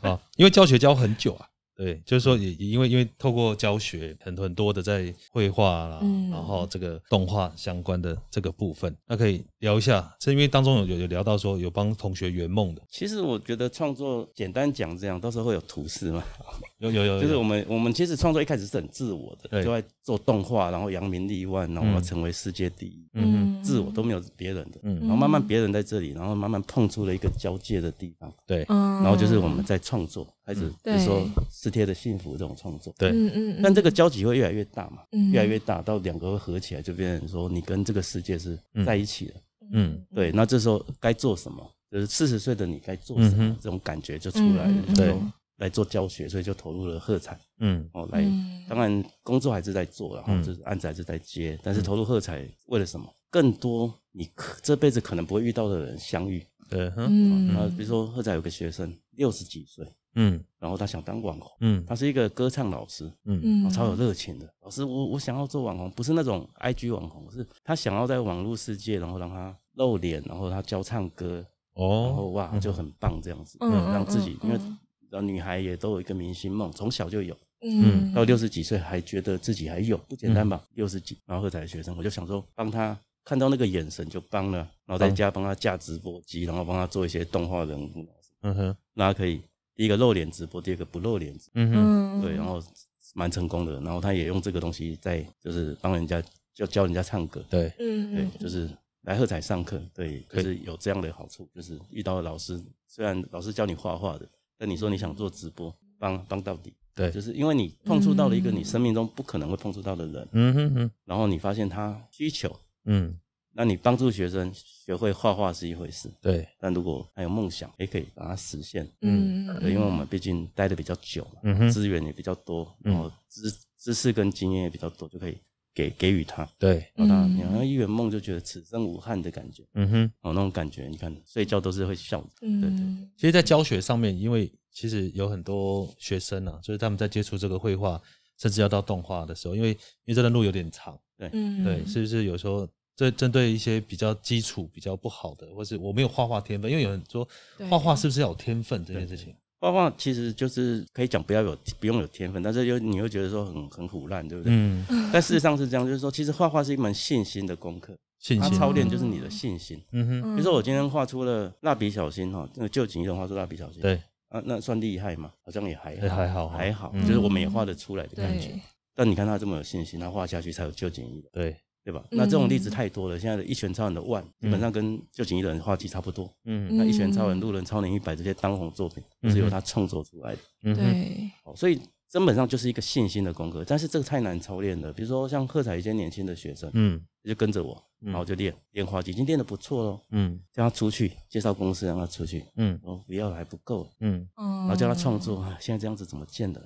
S2: 啊，因为教学教很久啊。对，就是说也也因为因为透过教学很很多的在绘画啦，
S3: 嗯
S2: 然后这个动画相关的这个部分，那可以聊一下，是因为当中有有有聊到说有帮同学圆梦的，
S4: 其实我觉得创作简单讲这样，到时候会有图示嘛，
S2: 有有有，
S4: 就是
S2: 有
S4: 我们我们其实创作一开始是很自我
S2: 啊对
S4: 的，就在做动画，然后扬名立万，然后我要成为世界第一，
S2: 嗯
S3: 嗯，
S4: 自我都没有别人的。
S2: 嗯
S4: 然后慢慢别人在这里，然后慢慢碰出了一个交界的地方，
S2: 对
S3: 嗯，
S4: 然后就是我们在创作，开始就
S3: 对
S4: 是说撕贴的幸福这种创作。
S2: 嗯对
S3: 嗯嗯，
S4: 但这个交集会越来越大嘛，
S3: 嗯
S4: 越来越大，到两个会合起来，就变成说你跟这个世界是在一起的。
S2: 嗯
S4: 对，那这时候该做什么？就是四十岁的你该做什么？
S2: 嗯哼
S4: 这种感觉就出来了
S3: 嗯嗯，嗯
S4: 就
S2: 对
S4: 来做教学，所以就投入了喝彩
S2: 嗯
S4: 哦，来
S3: 嗯
S4: 当然工作还是在做，然
S2: 嗯
S4: 后就是案子还是在接，但是投入喝彩为了什么？更多你可这辈子可能不会遇到的人相遇。
S2: 对哼
S3: 嗯，
S4: 啊，比如说喝彩有个学生六十几岁，
S2: 嗯
S4: 然后他想当网红，
S2: 嗯
S4: 他是一个歌唱老师，哦
S2: 嗯
S3: 嗯，
S4: 超有热情的。老师，我我想要做网红，不是那种 IG 网红，是他想要在网络世界，然后让他露脸，然后他教唱歌，然后
S2: 哦
S4: 哇就很棒这样子，
S3: 嗯嗯
S4: 让自己
S3: 嗯
S4: 因为
S3: 嗯
S4: 然后女孩也都有一个明星梦，从小就有，
S3: 嗯，
S4: 到六十几岁还觉得自己还有，不简单吧？六十几，然后喝彩的学生，我就想说帮他。看到那个眼神就帮了，然后在家帮他架直播机，然后帮他做一些动画人物，
S2: 嗯哼
S4: 让他可以第一个露脸直播，第二个不露脸直播
S2: 嗯哼
S3: 嗯，
S4: 对，然哦后蛮成功的。然后他也用这个东西在就是帮人家教教人家唱歌，
S2: 对
S3: 嗯，
S4: 对，就是来喝彩上课，对，就是有这样的好处，就是遇到的老师，虽然老师教你画画的，但你说你想做直播，帮帮到底，
S2: 对
S4: 就是因为你碰触到了一个你生命中不可能会碰触到的人，
S2: 嗯哼哼
S4: 然后你发现他需求，
S2: 嗯
S4: 那你帮助学生学会画画是一回事。
S2: 对
S4: 但如果他有梦想，也可以把它实现。
S3: 嗯，
S4: 对，因为我们毕竟待的比较久嘛，
S2: 嗯哼
S4: 资源也比较多，
S2: 嗯
S4: 然后知知识跟经验也比较多，就可以给给予他。
S2: 对
S4: 然后他，
S3: 嗯
S4: 你好像一圆梦就觉得此生无憾的感觉，
S2: 嗯哼。
S4: 哦，那种感觉，你看睡觉都是会笑的，对对对，
S3: 嗯，
S2: 其实，在教学上面，因为其实有很多学生啊，就是他们在接触这个绘画，甚至要到动画的时候，因为因为这段路有点长，
S3: 嗯，
S2: 对，是不是有时候这针对一些比较基础、比较不好的，或是我没有画画天分，因为有人说
S3: 对
S2: 画画是不是要有天分这件事情？
S4: 画画其实就是可以讲不要有不用有天分，但是又你会觉得说很很腐烂，对不对？
S2: 嗯，
S4: 但事实上是这样，就是说，其实画画是一门信心的功课，
S2: 信
S4: 它
S2: 心，
S4: 操练就是你的信心。
S2: 嗯哼，
S4: 比如说我今天画出了蜡笔小新哈，那个旧景一人画出蜡笔小新，
S2: 对，
S4: 啊，那算厉害吗？好像也还
S2: 也还好哦
S4: 还好，
S2: 嗯
S4: 就是我们也画得出来的感觉。
S3: 对，
S4: 但你看他这么有信心，他画下去才有旧景一人，
S2: 对，
S4: 对吧？
S3: 嗯
S4: 那这种例子太多了，现在的一拳超人的万，基本上跟旧景一人画技差不多。
S2: 嗯
S4: 那一拳超人、路人超人一百这些当红作品，
S2: 嗯
S4: 都是由他创作出来的。
S2: 嗯哼，
S3: 对，
S4: 哦所以根本上就是一个信心的功课，但是这个太难操练了。比如说像喝彩一些年轻的学生，
S2: 嗯
S4: 就跟着我，
S2: 嗯
S4: 然后就练练画技，已经练得不错喽。
S2: 嗯
S4: 叫他出去介绍公司，让他出去，
S2: 嗯
S4: 哦，不要还不够，
S2: 嗯，
S3: 然
S4: 然后叫他创作，啊现在这样子怎么见的？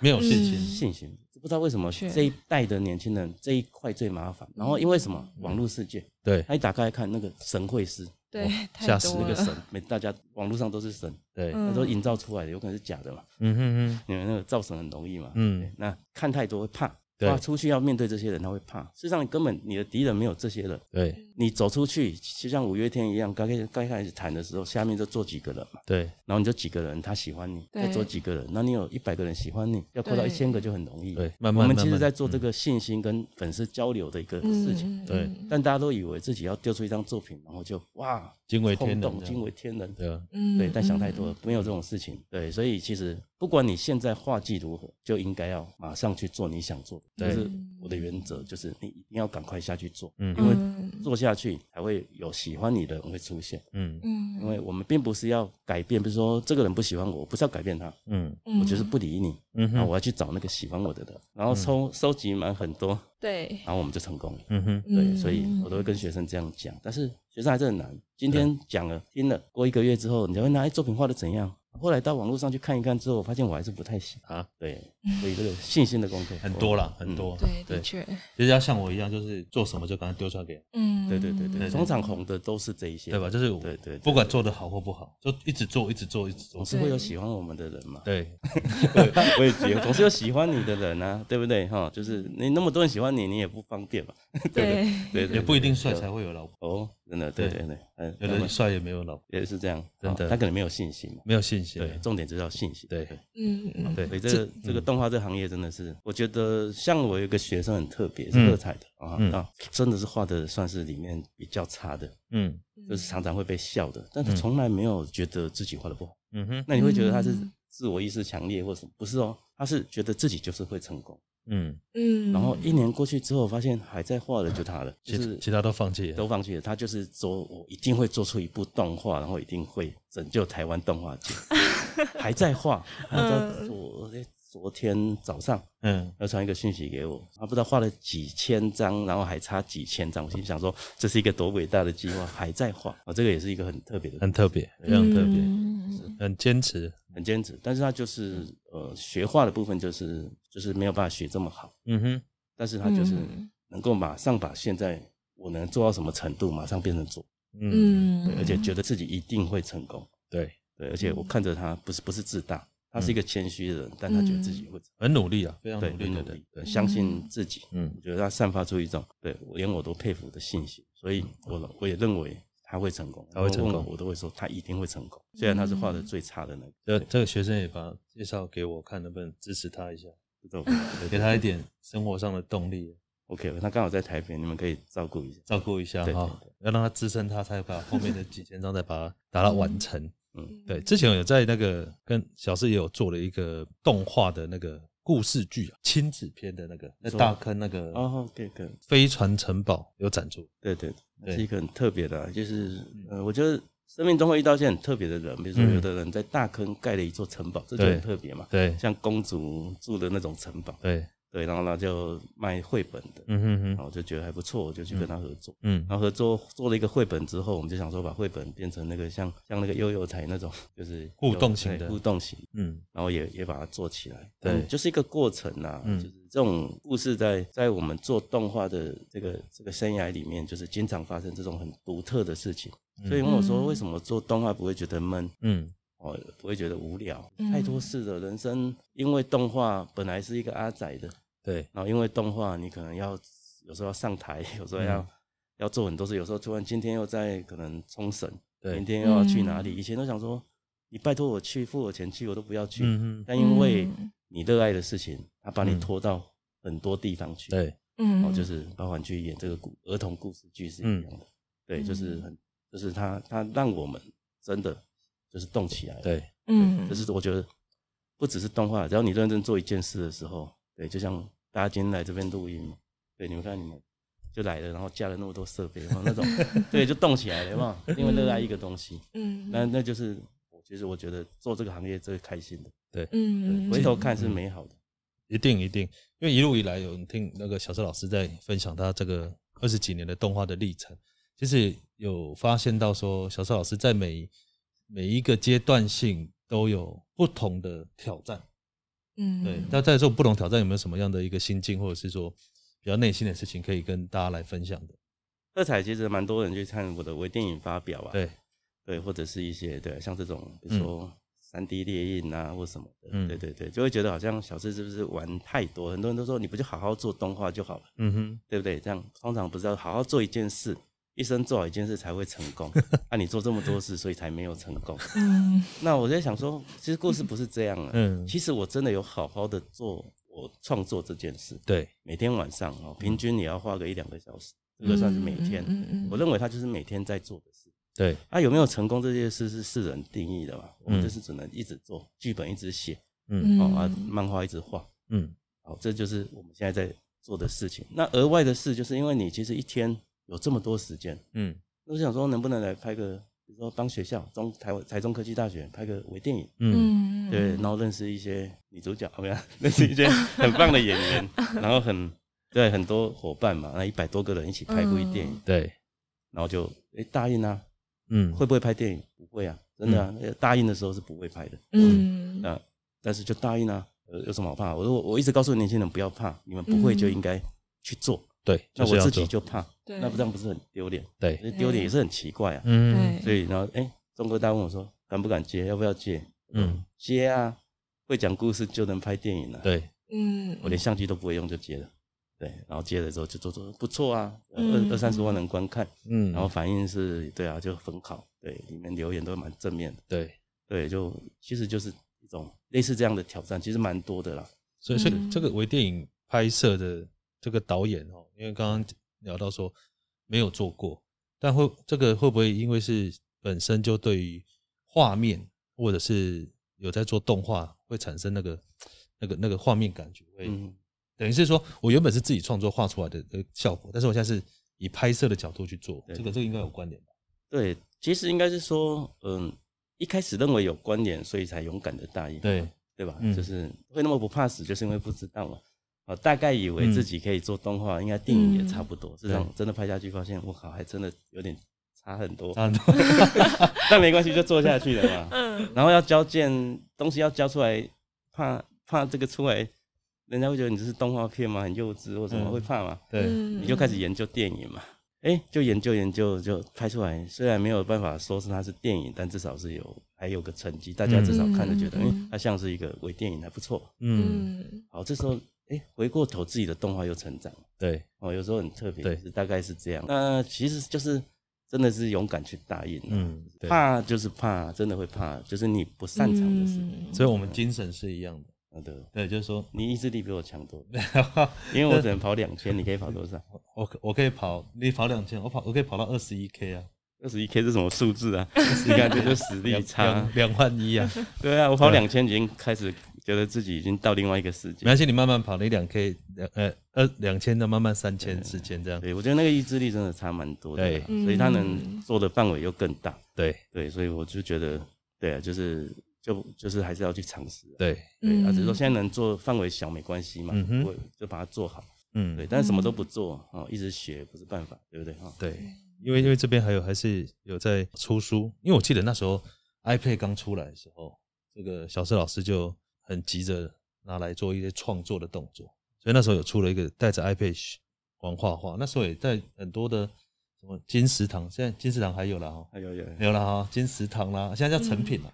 S2: 没有信
S3: 嗯
S2: 心，
S4: 信心，不知道为什么
S3: 是
S4: 这一代的年轻人这一块最麻烦。然后因为什么？
S2: 嗯
S4: 网络世界，
S2: 对
S4: 他一打开看那个神会师，
S3: 对，
S4: 哦
S2: 吓死
S4: 那
S2: 了
S4: 个神，每大家网络上都是神，
S2: 对，
S3: 嗯
S4: 那都营造出来的，有可能是假的嘛。
S2: 嗯哼哼，
S4: 因为那个造神很容易嘛。
S2: 嗯
S4: 对，那看太多会怕，
S2: 对
S4: 哇，出去要面对这些人，他会怕。事实上，根本你的敌人没有这些人。
S2: 对
S4: 你走出去，就像五月天一样，刚开刚开始谈的时候，下面就坐几个人嘛，
S2: 对
S4: 然后你就几个人，他喜欢你，
S3: 对
S4: 再坐几个人，那你有一百个人喜欢你，要扩到
S3: 对
S4: 一千个就很容易。
S2: 对，慢慢
S4: 我们
S2: 慢
S4: 其实
S2: 慢嗯
S4: 在做这个信心跟粉丝交流的一个事情，
S3: 嗯，
S2: 对，
S4: 但大家都以为自己要丢出一张作品，然后就哇，
S2: 惊为天人
S4: 轰
S2: 这
S4: 动，
S2: 样
S4: 惊为天人。
S2: 对啊，
S3: 嗯，
S4: 对，但想太多了，没有这种事情。对，所以其实不管你现在画技如何，就应该要马上去做你想做的。
S2: 对
S4: 就是我的原则，就是你一定要赶快下去做，
S2: 嗯
S4: 因为
S3: 嗯
S4: 做下去才会有喜欢你的人会出现。
S2: 嗯
S3: 嗯，
S4: 因为我们并不是要改变，比如说这个人不喜欢我，我不是要改变他，
S2: 嗯
S4: 我就是不理你，
S2: 嗯
S4: 然后
S2: 哼，
S4: 我要去找哎那个喜欢我的人，然后收收集满很多，
S3: 对，
S4: 然后我们就成功了。
S2: 嗯哼，
S4: 对，所以我都会跟学生这样讲，但是学生还是很难。今天讲了，听了，过一个月之后，你才会拿哎作品画的怎样？后来到网络上去看一看之后，我发现我还是不太行
S2: 啊。
S4: 对，所以这个信心的功课
S2: [LAUGHS] 很多
S4: 了。
S2: 啦，很多，
S3: 对，的确，
S2: 就是要像我一样，就是做什么就赶快丢出来给人，
S3: 嗯，
S4: 对对对对，通常红的都是这一些，
S2: 对吧？？就是我
S4: 对对对
S2: 不管做的好或不好，就一直做，一直做，一直做，
S4: 总。是会有喜欢我们的人嘛
S2: 对，
S4: 我也觉得总是有喜欢你的人啊，对不对？哈，就是你那么多人喜欢你，你也不方便嘛，
S3: 对，
S4: 对对
S2: 也不一定帅才会有老婆，
S4: 哦，真的，对对对，嗯，
S2: 有
S4: 那么
S2: 的帅也没有老婆，
S4: 也是这样，
S2: 真的
S4: 哦他可能没有信心嘛，
S2: 没有信心。
S4: 对，重点就是要信心，
S2: 对
S3: 嗯嗯，
S2: 对
S4: 所以这个这个动画这行业真的是，我觉得像我有一个学生很特别，是
S2: 嗯
S4: 喝彩的啊，那真的是画的算是里面比较差的，
S2: 嗯
S4: 就是常常会被笑的，但他从来没有觉得自己画的不好。
S2: 嗯哼，
S4: 那你会觉得他是自我意识强烈或什么，不是哦，他是觉得自己就是会成功。
S2: 嗯，
S3: 嗯，
S4: 然后一年过去之后，发现还在画的就他了，就
S2: 其
S4: 是
S2: 其他都放弃了。
S4: 都放弃了。他就是说我一定会做出一部动画，然后一定会拯救台湾动画
S2: [LAUGHS]
S4: 界，还在画。还在昨诶昨天早上
S2: 嗯，
S4: 要传一个讯息给我，啊他不知道画了几千张，然后还差几千张。我心想说，这是一个多伟大的计
S3: [LAUGHS]
S4: 划，还在画啊！这个也是一个很特别的，
S2: 很特别，非
S3: 嗯
S2: 常特别，很坚持。
S4: 很坚持。但是他就是呃，学画的部分就是就是没有办法学这么好，
S2: 嗯哼，
S4: 但是他就是
S3: 嗯
S4: 能够马上把现在我能做到什么程度，马上变成做，
S2: 嗯，
S3: 嗯嗯
S4: 对，而且觉得自己一定会成功。
S2: 对，
S4: 对，而且我看着他不是不是自大，他是一个谦虚的人，但他觉得自己会成
S2: 很努力啊，非常
S4: 功，对，
S2: 努力
S4: 很
S2: 的
S4: 努力
S2: 人。，
S4: 对，相信自己。
S2: 嗯
S4: 我觉得他散发出一种对我连我都佩服的信心，所以我我也认为他会成功。
S2: 他会成功
S4: 然后问我我都会说他一定会成功。虽然他是画的最差的那个，
S2: 这这个学生也把介绍给我看，能不能支持他一下，
S4: 这种
S2: 对给他一点生活上的动力，
S4: OK，他刚好在台北，你们可以照顾一下。
S2: 照顾一下
S4: 对
S2: 哈，要让他支撑他，才把后面的几千张再把它达到完成。
S4: 嗯，
S2: 对，之前有在那个跟小四也有做了一个动画的那个故事剧啊，亲子片的那个，那
S4: 说
S2: 大坑那个
S4: 哦，OK，可以
S2: 飞船城堡有展出，
S4: 对对，
S2: 对
S4: 对是一个很特别的啊、就是呃，我觉得生命中会遇到一些很特别的人，比如说
S2: 嗯
S4: 有的人在大坑盖了一座城堡，这就
S2: 对
S4: 很特别嘛。
S2: 对
S4: 像公主住的那种城堡，
S2: 对，
S4: 对，然后他就卖绘本的，
S2: 嗯哼哼，
S4: 然后我就觉得还不错，我就去跟他合作。
S2: 嗯
S4: 然后合作做了一个绘本之后，我们就想说把绘本变成那个像像那个悠悠台那种，就是
S2: 互动型的
S4: 对互动型，
S2: 嗯
S4: 然后也也把它做起来。
S2: 对
S4: 嗯就是一个过程啊，
S2: 嗯
S4: 就是这种故事在在我们做动画的这个这个生涯里面，就是经常发生这种很独特的事情。所以问我说，
S3: 嗯
S4: 为什么做动画不会觉得闷？
S2: 嗯，
S4: 哦，不会觉得无聊，
S3: 嗯
S4: 太多事了。人生因为动画本来是一个阿仔的，
S2: 对，
S4: 然后因为动画，你可能要有时候要上台，有时候要、
S2: 嗯
S4: 要做很多事，有时候突然今天又在可能冲绳，
S2: 对
S4: 明天又要去
S3: 嗯
S4: 哪里？以前都想说，你拜托我去，付我钱去，我都不要去。
S2: 嗯哼，
S4: 但因为
S3: 嗯
S4: 你热爱的事情，它把你
S2: 嗯
S4: 拖到很多地方去。
S2: 对，
S3: 嗯
S4: 哦，就是包含去演这个故儿童故事剧是一
S2: 嗯
S4: 样的，对，就是
S3: 嗯
S4: 很，就是它它让我们真的就是动起来了。
S2: 对，
S3: 嗯
S4: 就是我觉得不只是动画，只要你认真做一件事的时候，对，就像大家今天来这边录音嘛，对，你们看你们就来了，然后架了那么多设备，然后
S3: [LAUGHS]
S4: 那种对，就动起来了嘛，因为热爱一个东西，
S3: 嗯
S4: 那那就是我其实我觉得做这个行业最开心的，
S3: 嗯
S4: 回头看是美好的，
S2: 一定一定，因为一路以来有听那个小郑老师在分享他这个二十几年的动画的历程，其实有发现到说，小郑老师在每每一个阶段性都有不同的挑战。
S3: 嗯
S2: 对，那在这种不同挑战，有没有什么样的一个心境，或者是说比较内心的事情，可以跟大家来分享的？
S4: 色彩其实蛮多人去看我的微电影发表啊，
S2: 对，
S4: 对，或者是一些对像这种，
S3: 嗯
S4: 比如说三 D 猎印啊或什么的，
S2: 嗯
S4: 对对对，就会觉得好像小智是不是玩太多？很多人都说你不就好好做动画就好了，
S2: 嗯哼，
S4: 对不对？这样通常不是要好好做一件事，一生做好一件事才会成
S2: [LAUGHS]
S4: 功。啊，你做这么多事，所以才没有成功。
S3: 嗯
S4: 那我在想说，其实故事不是这样啊。
S2: 嗯
S4: 其实我真的有好好的做我创作这件事，
S2: 对，
S4: 每天晚上哦，平均也要花个一两个小时，这个算是每天。
S3: 嗯嗯嗯
S4: 我认为它就是每天在做的事。
S2: 对，
S4: 啊，有没有成功这件事是世人定义的嘛？我
S2: 嗯
S4: 们就是只能一直做，剧本一直写，
S2: 嗯
S4: 哦啊，漫画一直画，
S2: 嗯，
S4: 好，这就是我们现在在做的事情。那额外的事，就是因为你其实一天有这么多时间，
S2: 嗯
S4: 那我想说，能不能来拍个，比如说帮学校中台湾台中科技大学拍个微电影，
S2: 嗯
S3: 嗯
S4: 对，然后认识一些女主角，没有， [LAUGHS] 认识一些很棒的演员，然后很对很多伙伴嘛，那一百多个人一起拍部电影，
S3: 嗯
S2: 对，
S4: 然后就哎答应啊，
S2: 嗯
S4: 会不会拍电影？不会啊，真的啊，答应的时候是不会拍的。
S3: 嗯
S4: 啊，但是就答应啊，呃，有什么好怕？我说我我一直告诉年轻人不要怕，你们不会就应该去做。
S2: 对，
S4: 那
S2: 就是
S4: 我
S2: 要
S4: 自己
S2: 做，
S4: 就怕，
S3: 嗯对
S4: 那不这样不是很丢脸？
S2: 对，
S4: 丢脸也是很奇怪啊。
S2: 嗯
S3: 对
S4: 所以然后哎，中国大问我说敢不敢接，要不要接？
S2: 嗯，
S4: 接啊，会讲故事就能拍电影了、啊。
S2: 对，
S3: 嗯
S4: 我连相机都不会用就接了。对，然后接了之后就做做不错啊，
S3: 嗯
S4: 二二三十万人观看，
S2: 嗯，
S4: 然后反应是对啊，就很好，对，里面留言都蛮正面的，
S2: 对，
S4: 对，就其实就是一种类似这样的挑战，其实蛮多的啦。
S2: 所以，所以
S3: 嗯
S2: 这个微电影拍摄的这个导演哦，因为刚刚聊到说没有做过，但会这个会不会因为是本身就对于画面或者是有在做动画，会产生那个那个那个画面感觉，会、
S4: 嗯，
S2: 等于是说我原本是自己创作画出来的呃效果，但是我现在是以拍摄的角度去做，
S4: 对
S2: 这个这个应该有关联吧？
S4: 对，其实应该是说，嗯，一开始认为有关联，所以才勇敢的大意，
S2: 对，
S4: 对吧？
S2: 嗯
S4: 就是会那么不怕死，就是因为不知道嘛。啊，大概以为
S2: 嗯
S4: 自己可以做动画，应该电影也差不多。这样
S2: 对
S4: 真的拍下去，发现我靠，还真的有点差很多。
S2: [LAUGHS] 啊，
S4: 但没关系，就做下去了
S2: [LAUGHS]
S4: 嘛。
S3: 嗯，
S4: 然后要交件，东西要交出来，怕怕这个出来，人家会觉得你这是动画片吗？很幼稚或什么，
S2: 嗯
S4: 会怕吗？
S2: 对，
S3: 嗯
S4: 你就开始研究电影嘛。哎，就研究研究，就拍出来。虽然没有办法说是它是电影，但至少是有还有个成绩，大家
S2: 嗯
S4: 至少看着觉得，
S3: 嗯
S4: 哎、它像是一个微电影，还不错。
S2: 嗯，
S3: 嗯
S4: 好，这时候哎，回过头自己的动画又成长了
S2: 对，
S4: 哦，有时候很特别，
S2: 对
S4: 就是大概是这样。那其实就是真的是勇敢去答应、嗯，
S2: 嗯，对，
S4: 怕就是怕，真的会怕，就是你不擅长的事。
S3: 嗯
S2: 所以我们精神是一样的，
S4: 好的，
S2: 对，就是说， [LAUGHS]
S4: 你意志力比我强多了，因为我只能跑两千，你可以跑多
S2: [LAUGHS]
S4: 少？
S2: 我可我可以跑，你跑两千，我跑我可以跑到二十一 K 啊，
S4: 二十一 K 是什么数字啊？你看这就实力
S2: 两
S4: 差。
S2: 两两万
S4: [LAUGHS]
S2: 一啊，
S4: 对啊，我跑
S2: 对
S4: 两千已经开始觉得自己已经到另外一个世
S2: 没
S4: 界。
S2: 关系，你慢慢跑，你两 K 两呃呃两千的慢慢三千四千这样，
S4: 嗯对，我觉得那个意志力真的差蛮多的啦，
S3: 对
S4: 所以他能
S3: 嗯
S4: 做的范围又更大。
S2: 对
S4: 对，所以我就觉得，对啊，就是就就是还是要去尝试啊。
S2: 对，
S4: 对，啊，只是
S3: 嗯
S4: 说现在能做范围小没关系嘛，
S2: 嗯哼
S4: 我就把它做好。
S2: 嗯
S4: 对，但是什么都不做哦，一直学不是办法，对不对哦？
S2: 对，因为因为这边还有还是有在出书，因为我记得那时候 iPad 刚出来的时候，这个小石老师就很急着拿来做一些创作的动作，所以那时候有出了一个带着 iPad 学玩画画，那时候也在很多的什么金石堂，现在金石堂还有了哈，
S4: 哎有有，
S2: 没有了哈，金石堂啦，现在叫成品啦，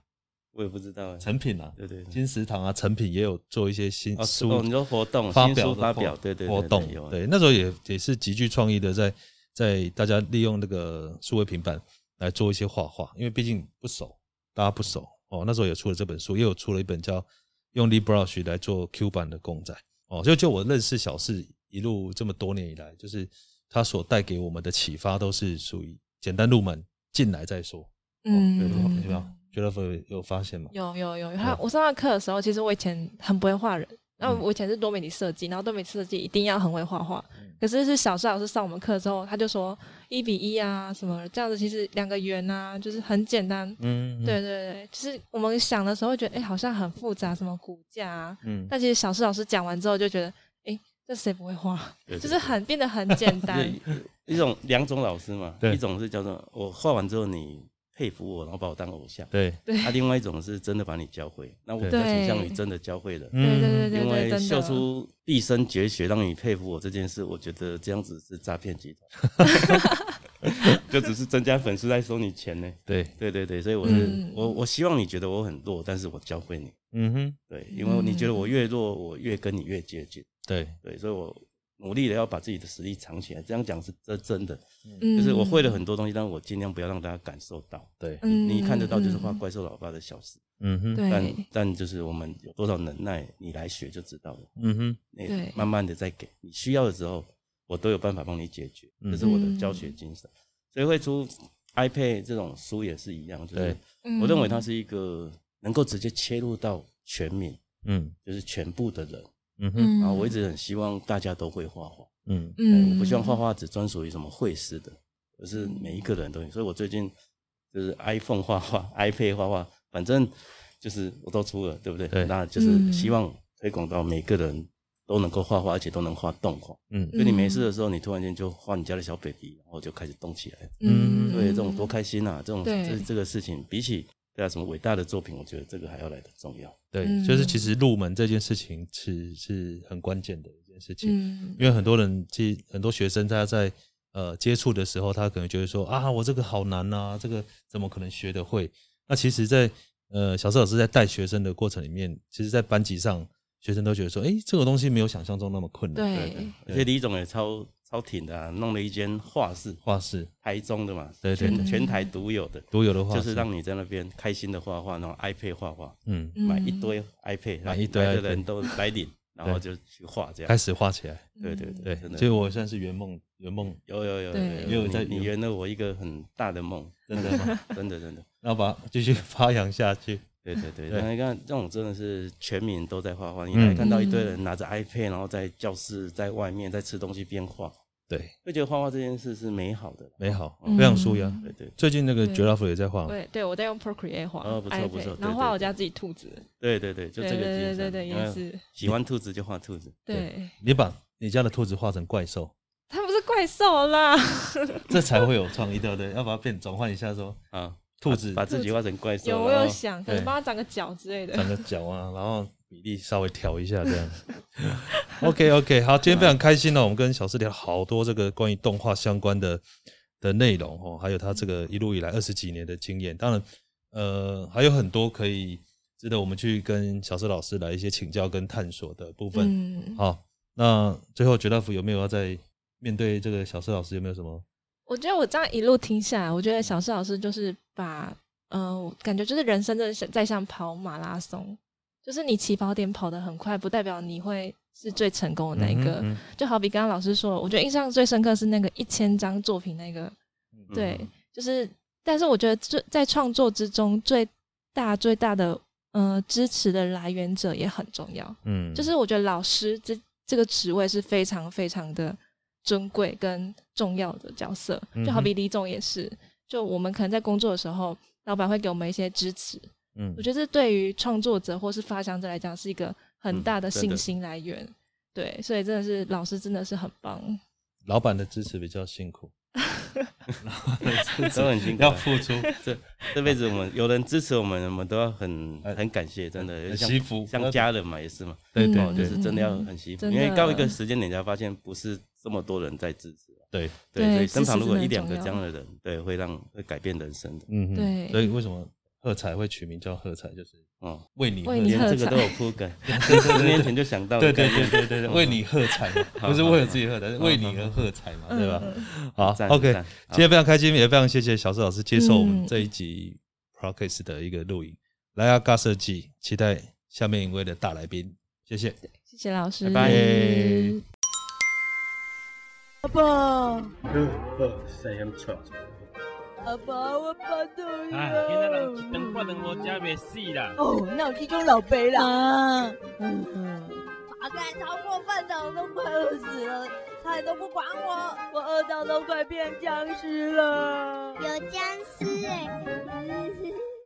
S4: 我也不知道哎。
S2: 成品啦，
S4: 对对对
S2: 金石堂啊，成品也有做一些新
S4: 哦
S2: 书，
S4: 哦你说活动
S2: 发
S4: 新
S2: 表
S4: 书
S2: 的
S4: 发
S2: 活
S4: 表对对对
S2: 活
S4: 对
S2: 动
S4: 有，
S2: 对，那时候也也是极具创意的在，在大家利用那个数位平板来做一些画画，因为毕竟不熟，大家不熟哦。那时候也出了这本书，也有出了一本叫用 Librush 来做 Q 版的公仔哦。就就我认识小四一路这么多年以来，就是他所带给我们的启发，都是属于简单入门进来再说。
S4: 哦
S3: 嗯
S2: 对
S3: 嗯
S2: 对吧？觉得有有发现吗？
S3: 有有
S4: 嗯
S3: 有，他我上他课的时候，其实我以前很不会画人，然后
S4: 嗯
S3: 我以前是多媒体设计，然后多媒体设计一定要很会画画。
S4: 嗯
S3: 可是是小帅老师上我们课之后，他就说一比一啊什么这样子，其实两个圆啊，就是很简单。
S2: 嗯，
S3: 对对对，就是我们想的时候会觉得，哎、好像很复杂，什么骨架啊。
S2: 嗯，
S3: 但其实小帅老师讲完之后就觉得，哎、这谁不会画？
S4: 对对
S3: 就是很变得很简
S4: [LAUGHS]
S3: 单。
S4: 就是一种两种老师嘛，
S2: 对
S4: 一种是叫做我画完之后你佩服我，然后把我当偶像；，
S2: 对，
S3: [LAUGHS]
S4: 啊，另外一种是真的把你教会。那我比较
S2: 对
S4: 倾向于真的教会了，
S3: 对嗯对对
S4: 嗯因
S3: 对对，
S4: 为
S3: 真
S4: 秀
S3: 的。
S4: 出毕生绝学让你佩服我这件事，我觉得这样子是诈骗集
S3: [LAUGHS]
S4: 团，就只是增加粉丝在收你钱呢。
S2: 对，
S4: 对对对，所以我是、
S3: 嗯
S4: 我我希望你觉得我很弱，但是我教会你，
S2: 嗯哼，
S4: 对，因为你觉得我越弱，我越跟你越接近，
S2: 对，
S4: 对，所以我努力的要把自己的实力藏起来。这样讲是这真的，
S3: 就
S4: 就是我会了很多东西，但我尽量不要让大家感受到。
S2: 对，
S3: 嗯，
S4: 你看得到就是画
S3: 嗯
S4: 怪兽老爸的小事，
S2: 嗯哼，
S4: 但
S3: 对，
S4: 但就是我们有多少能耐，你来学就知道了。
S2: 嗯哼，
S4: 那
S3: 对
S4: 慢慢的再给你需要的时候，我都有办法帮你解决，
S2: 嗯
S4: 这是我的教学精神。所以会出 iPad 这种书也是一样，就是
S2: 对
S3: 嗯
S4: 我认为它是一个能够直接切入到全民，
S2: 嗯
S4: 就是全部的人。
S2: 嗯哼，
S3: 嗯
S4: 然后啊我一直很希望大家都会画画，
S2: 嗯
S3: 嗯，
S4: 嗯，我不希望画画只专属于什么会师的，而是每一个人都有。所以我最近就是 iPhone 画画、iPad 画画，反正就是我都出了，对不对？
S2: 对
S4: 那就是希望推广到每个人都能够画画，而且都能画动画。
S2: 嗯
S4: 所以你没事的时候，你突然间就画你家的小 baby，然后就开始动起来。
S2: 嗯
S4: 对，这种多开心啊！这种
S3: 对
S4: 这这个事情，比起对啊什么伟大的作品，我觉得这个还要来的重要。
S2: 对，
S3: 嗯
S2: 就是其实入门这件事情是是很关键的一件事情，
S3: 嗯
S2: 因为很多人其实很多学生他在呃接触的时候，他可能觉得说啊，我这个好难啊，这个怎么可能学得会？那其实在，呃小石老师在带学生的过程里面，其实，在班级上，学生都觉得说，诶，这个东西没有想象中那么困难。
S3: 对，
S4: 而且李总也超超挺的、啊，弄了一间画室，
S2: 画室
S4: 台中的嘛，
S2: 对对
S4: 全
S3: 对
S4: 全台独有的，
S2: 独有的画室，
S4: 就是让你在那边开心的画画，然后 iPad 画画，
S2: 嗯
S4: 买一堆 iPad，
S2: 买一堆
S4: 来
S2: iPad
S4: 的人都来领，然后就去画这
S2: 开
S4: 样。
S2: 始画起来。
S4: 对对
S2: 对，
S4: 真
S2: 所以
S4: 的
S2: 我算是圆梦，圆梦，
S4: 有有有
S3: 对
S2: 也有在
S4: 你你圆了我一个很大的梦，
S2: 真的吗？
S4: [LAUGHS] 真的真的。 [LAUGHS]
S2: 然后把它继续发扬下去。
S4: 对对对，
S2: 对
S4: 那你看这种真的是全民都在画画，你
S2: 嗯
S4: 还看到一堆人拿着 iPad，然后在教室、在外面、在吃东西边画，
S2: 对，
S4: 会觉得画画这件事是美好的。
S2: 美好，
S4: 嗯
S2: 非常舒压。
S4: 对对
S2: 最近那个
S3: 对
S2: Giraffe 也在画，
S3: 对对，我在用 Procreate 画
S4: 哦不错
S3: iPad，
S4: 不错对
S3: 然后
S4: 对
S3: 画我
S4: 对
S3: 家自己兔子，
S4: 对对对，就
S3: 对
S4: 这个啊精
S3: 对对
S4: 神。
S3: 对对，
S4: 有没
S3: 也
S4: 有
S3: 是
S4: 喜欢兔子就画兔子。
S3: 对。
S2: 你把你家的兔子画成怪兽，
S3: 它不是怪兽啦，
S2: 这才会有创意，对不对？要把它变转换一下，说
S4: 啊，
S2: 兔子
S4: 把自己画成怪兽，哦
S3: 有我
S4: 然
S3: 有
S4: 后
S3: 想，可能帮它长个脚之类的。
S2: 长个角啊，然后比例稍微调一下这样。OK OK，好，今天非常开心哦，我们跟小四聊好多这个关于动画相关的的内容哦，还有他这个一路以来二十几年的经验，当然呃还有很多可以值得我们去跟小四老师来一些请教跟探索的部分。
S3: 嗯，
S2: 好，那最后绝大福有没有要在面对这个小四老师有没有什么？
S3: 我觉得我这样一路听下来，我觉得小四老师就是把，呃，我感觉就是人生真的是在像跑马拉松，就是你起跑点跑得很快，不代表你会是最成功的那一个。
S2: 嗯嗯
S3: 就好比刚刚老师说，我觉得印象最深刻是那个一千张作品那个，
S4: 嗯
S3: 对，就是，但是我觉得最在创作之中最大最大的呃支持的来源者也很重要。
S2: 嗯，
S3: 就是我觉得老师这这个职位是非常非常的尊贵跟重要的角色，
S2: 嗯哼
S3: 就好比李总也是，就我们可能在工作的时候，老板会给我们一些支持，
S2: 嗯
S3: 我觉得这对于创作者或是发想者来讲是一个很大的
S4: 嗯真
S3: 信
S4: 的
S3: 心来源。对，所以真的是老师真的是很棒，
S2: 老板的支持比较辛苦，老板的支持
S4: [LAUGHS] 都很辛苦啊
S2: 要付出，
S4: 这这辈子我们有人支持我们，我们都要很
S2: 哎
S4: 很感谢，真的
S2: 很
S4: 像
S2: 惜福
S4: 像家人嘛，也是嘛，
S2: 对对
S4: 哦，就是真的要很惜福，
S3: 嗯真
S4: 因
S3: 的
S4: 为到一个时间点才发现不是这么多人在支持啊，
S2: 对，
S4: 对，
S3: 对
S4: 所以身旁
S3: 支持
S4: 如果
S3: 真的
S4: 一两个
S3: 很
S4: 这
S3: 重要
S4: 样的人，对，会让会改变人生的，
S2: 嗯哼
S3: 对
S2: 所以为什么喝彩会取名叫喝彩，就是
S4: 哦，
S2: 为你喝
S3: 为你
S4: 连
S3: 喝
S4: 这个
S3: 彩
S4: 都有铺 [LAUGHS] 梗，十年前就想
S2: [LAUGHS]
S4: 到
S2: 对对
S4: 的概
S2: 对
S4: 念，
S2: 对对对，为你喝彩
S4: [LAUGHS]
S2: 嘛，不是为了自己喝彩，是为你而喝彩嘛，
S3: 嗯
S2: 对吧？好
S4: 赞
S2: ，OK，
S4: 赞
S2: 今天非常开心，也非常谢谢小四老师接受我们
S3: 嗯
S2: 这一集 p r o c a s t 的一个录影，来啊，尬设计，期待下面一位的大来宾，谢谢。
S3: 谢谢老师。
S4: 拜
S3: 嗯
S2: 拜
S1: 阿爸，
S5: 三错。
S1: 阿爸，我巴肚子
S5: 哎，今仔人一顿半顿无食袂死啦。
S1: 哦，哪有这种老杯啦？啊，大概超过半场我都快饿死了，菜都不管我，我饿到都快变僵尸了。
S6: 有僵尸哎、欸！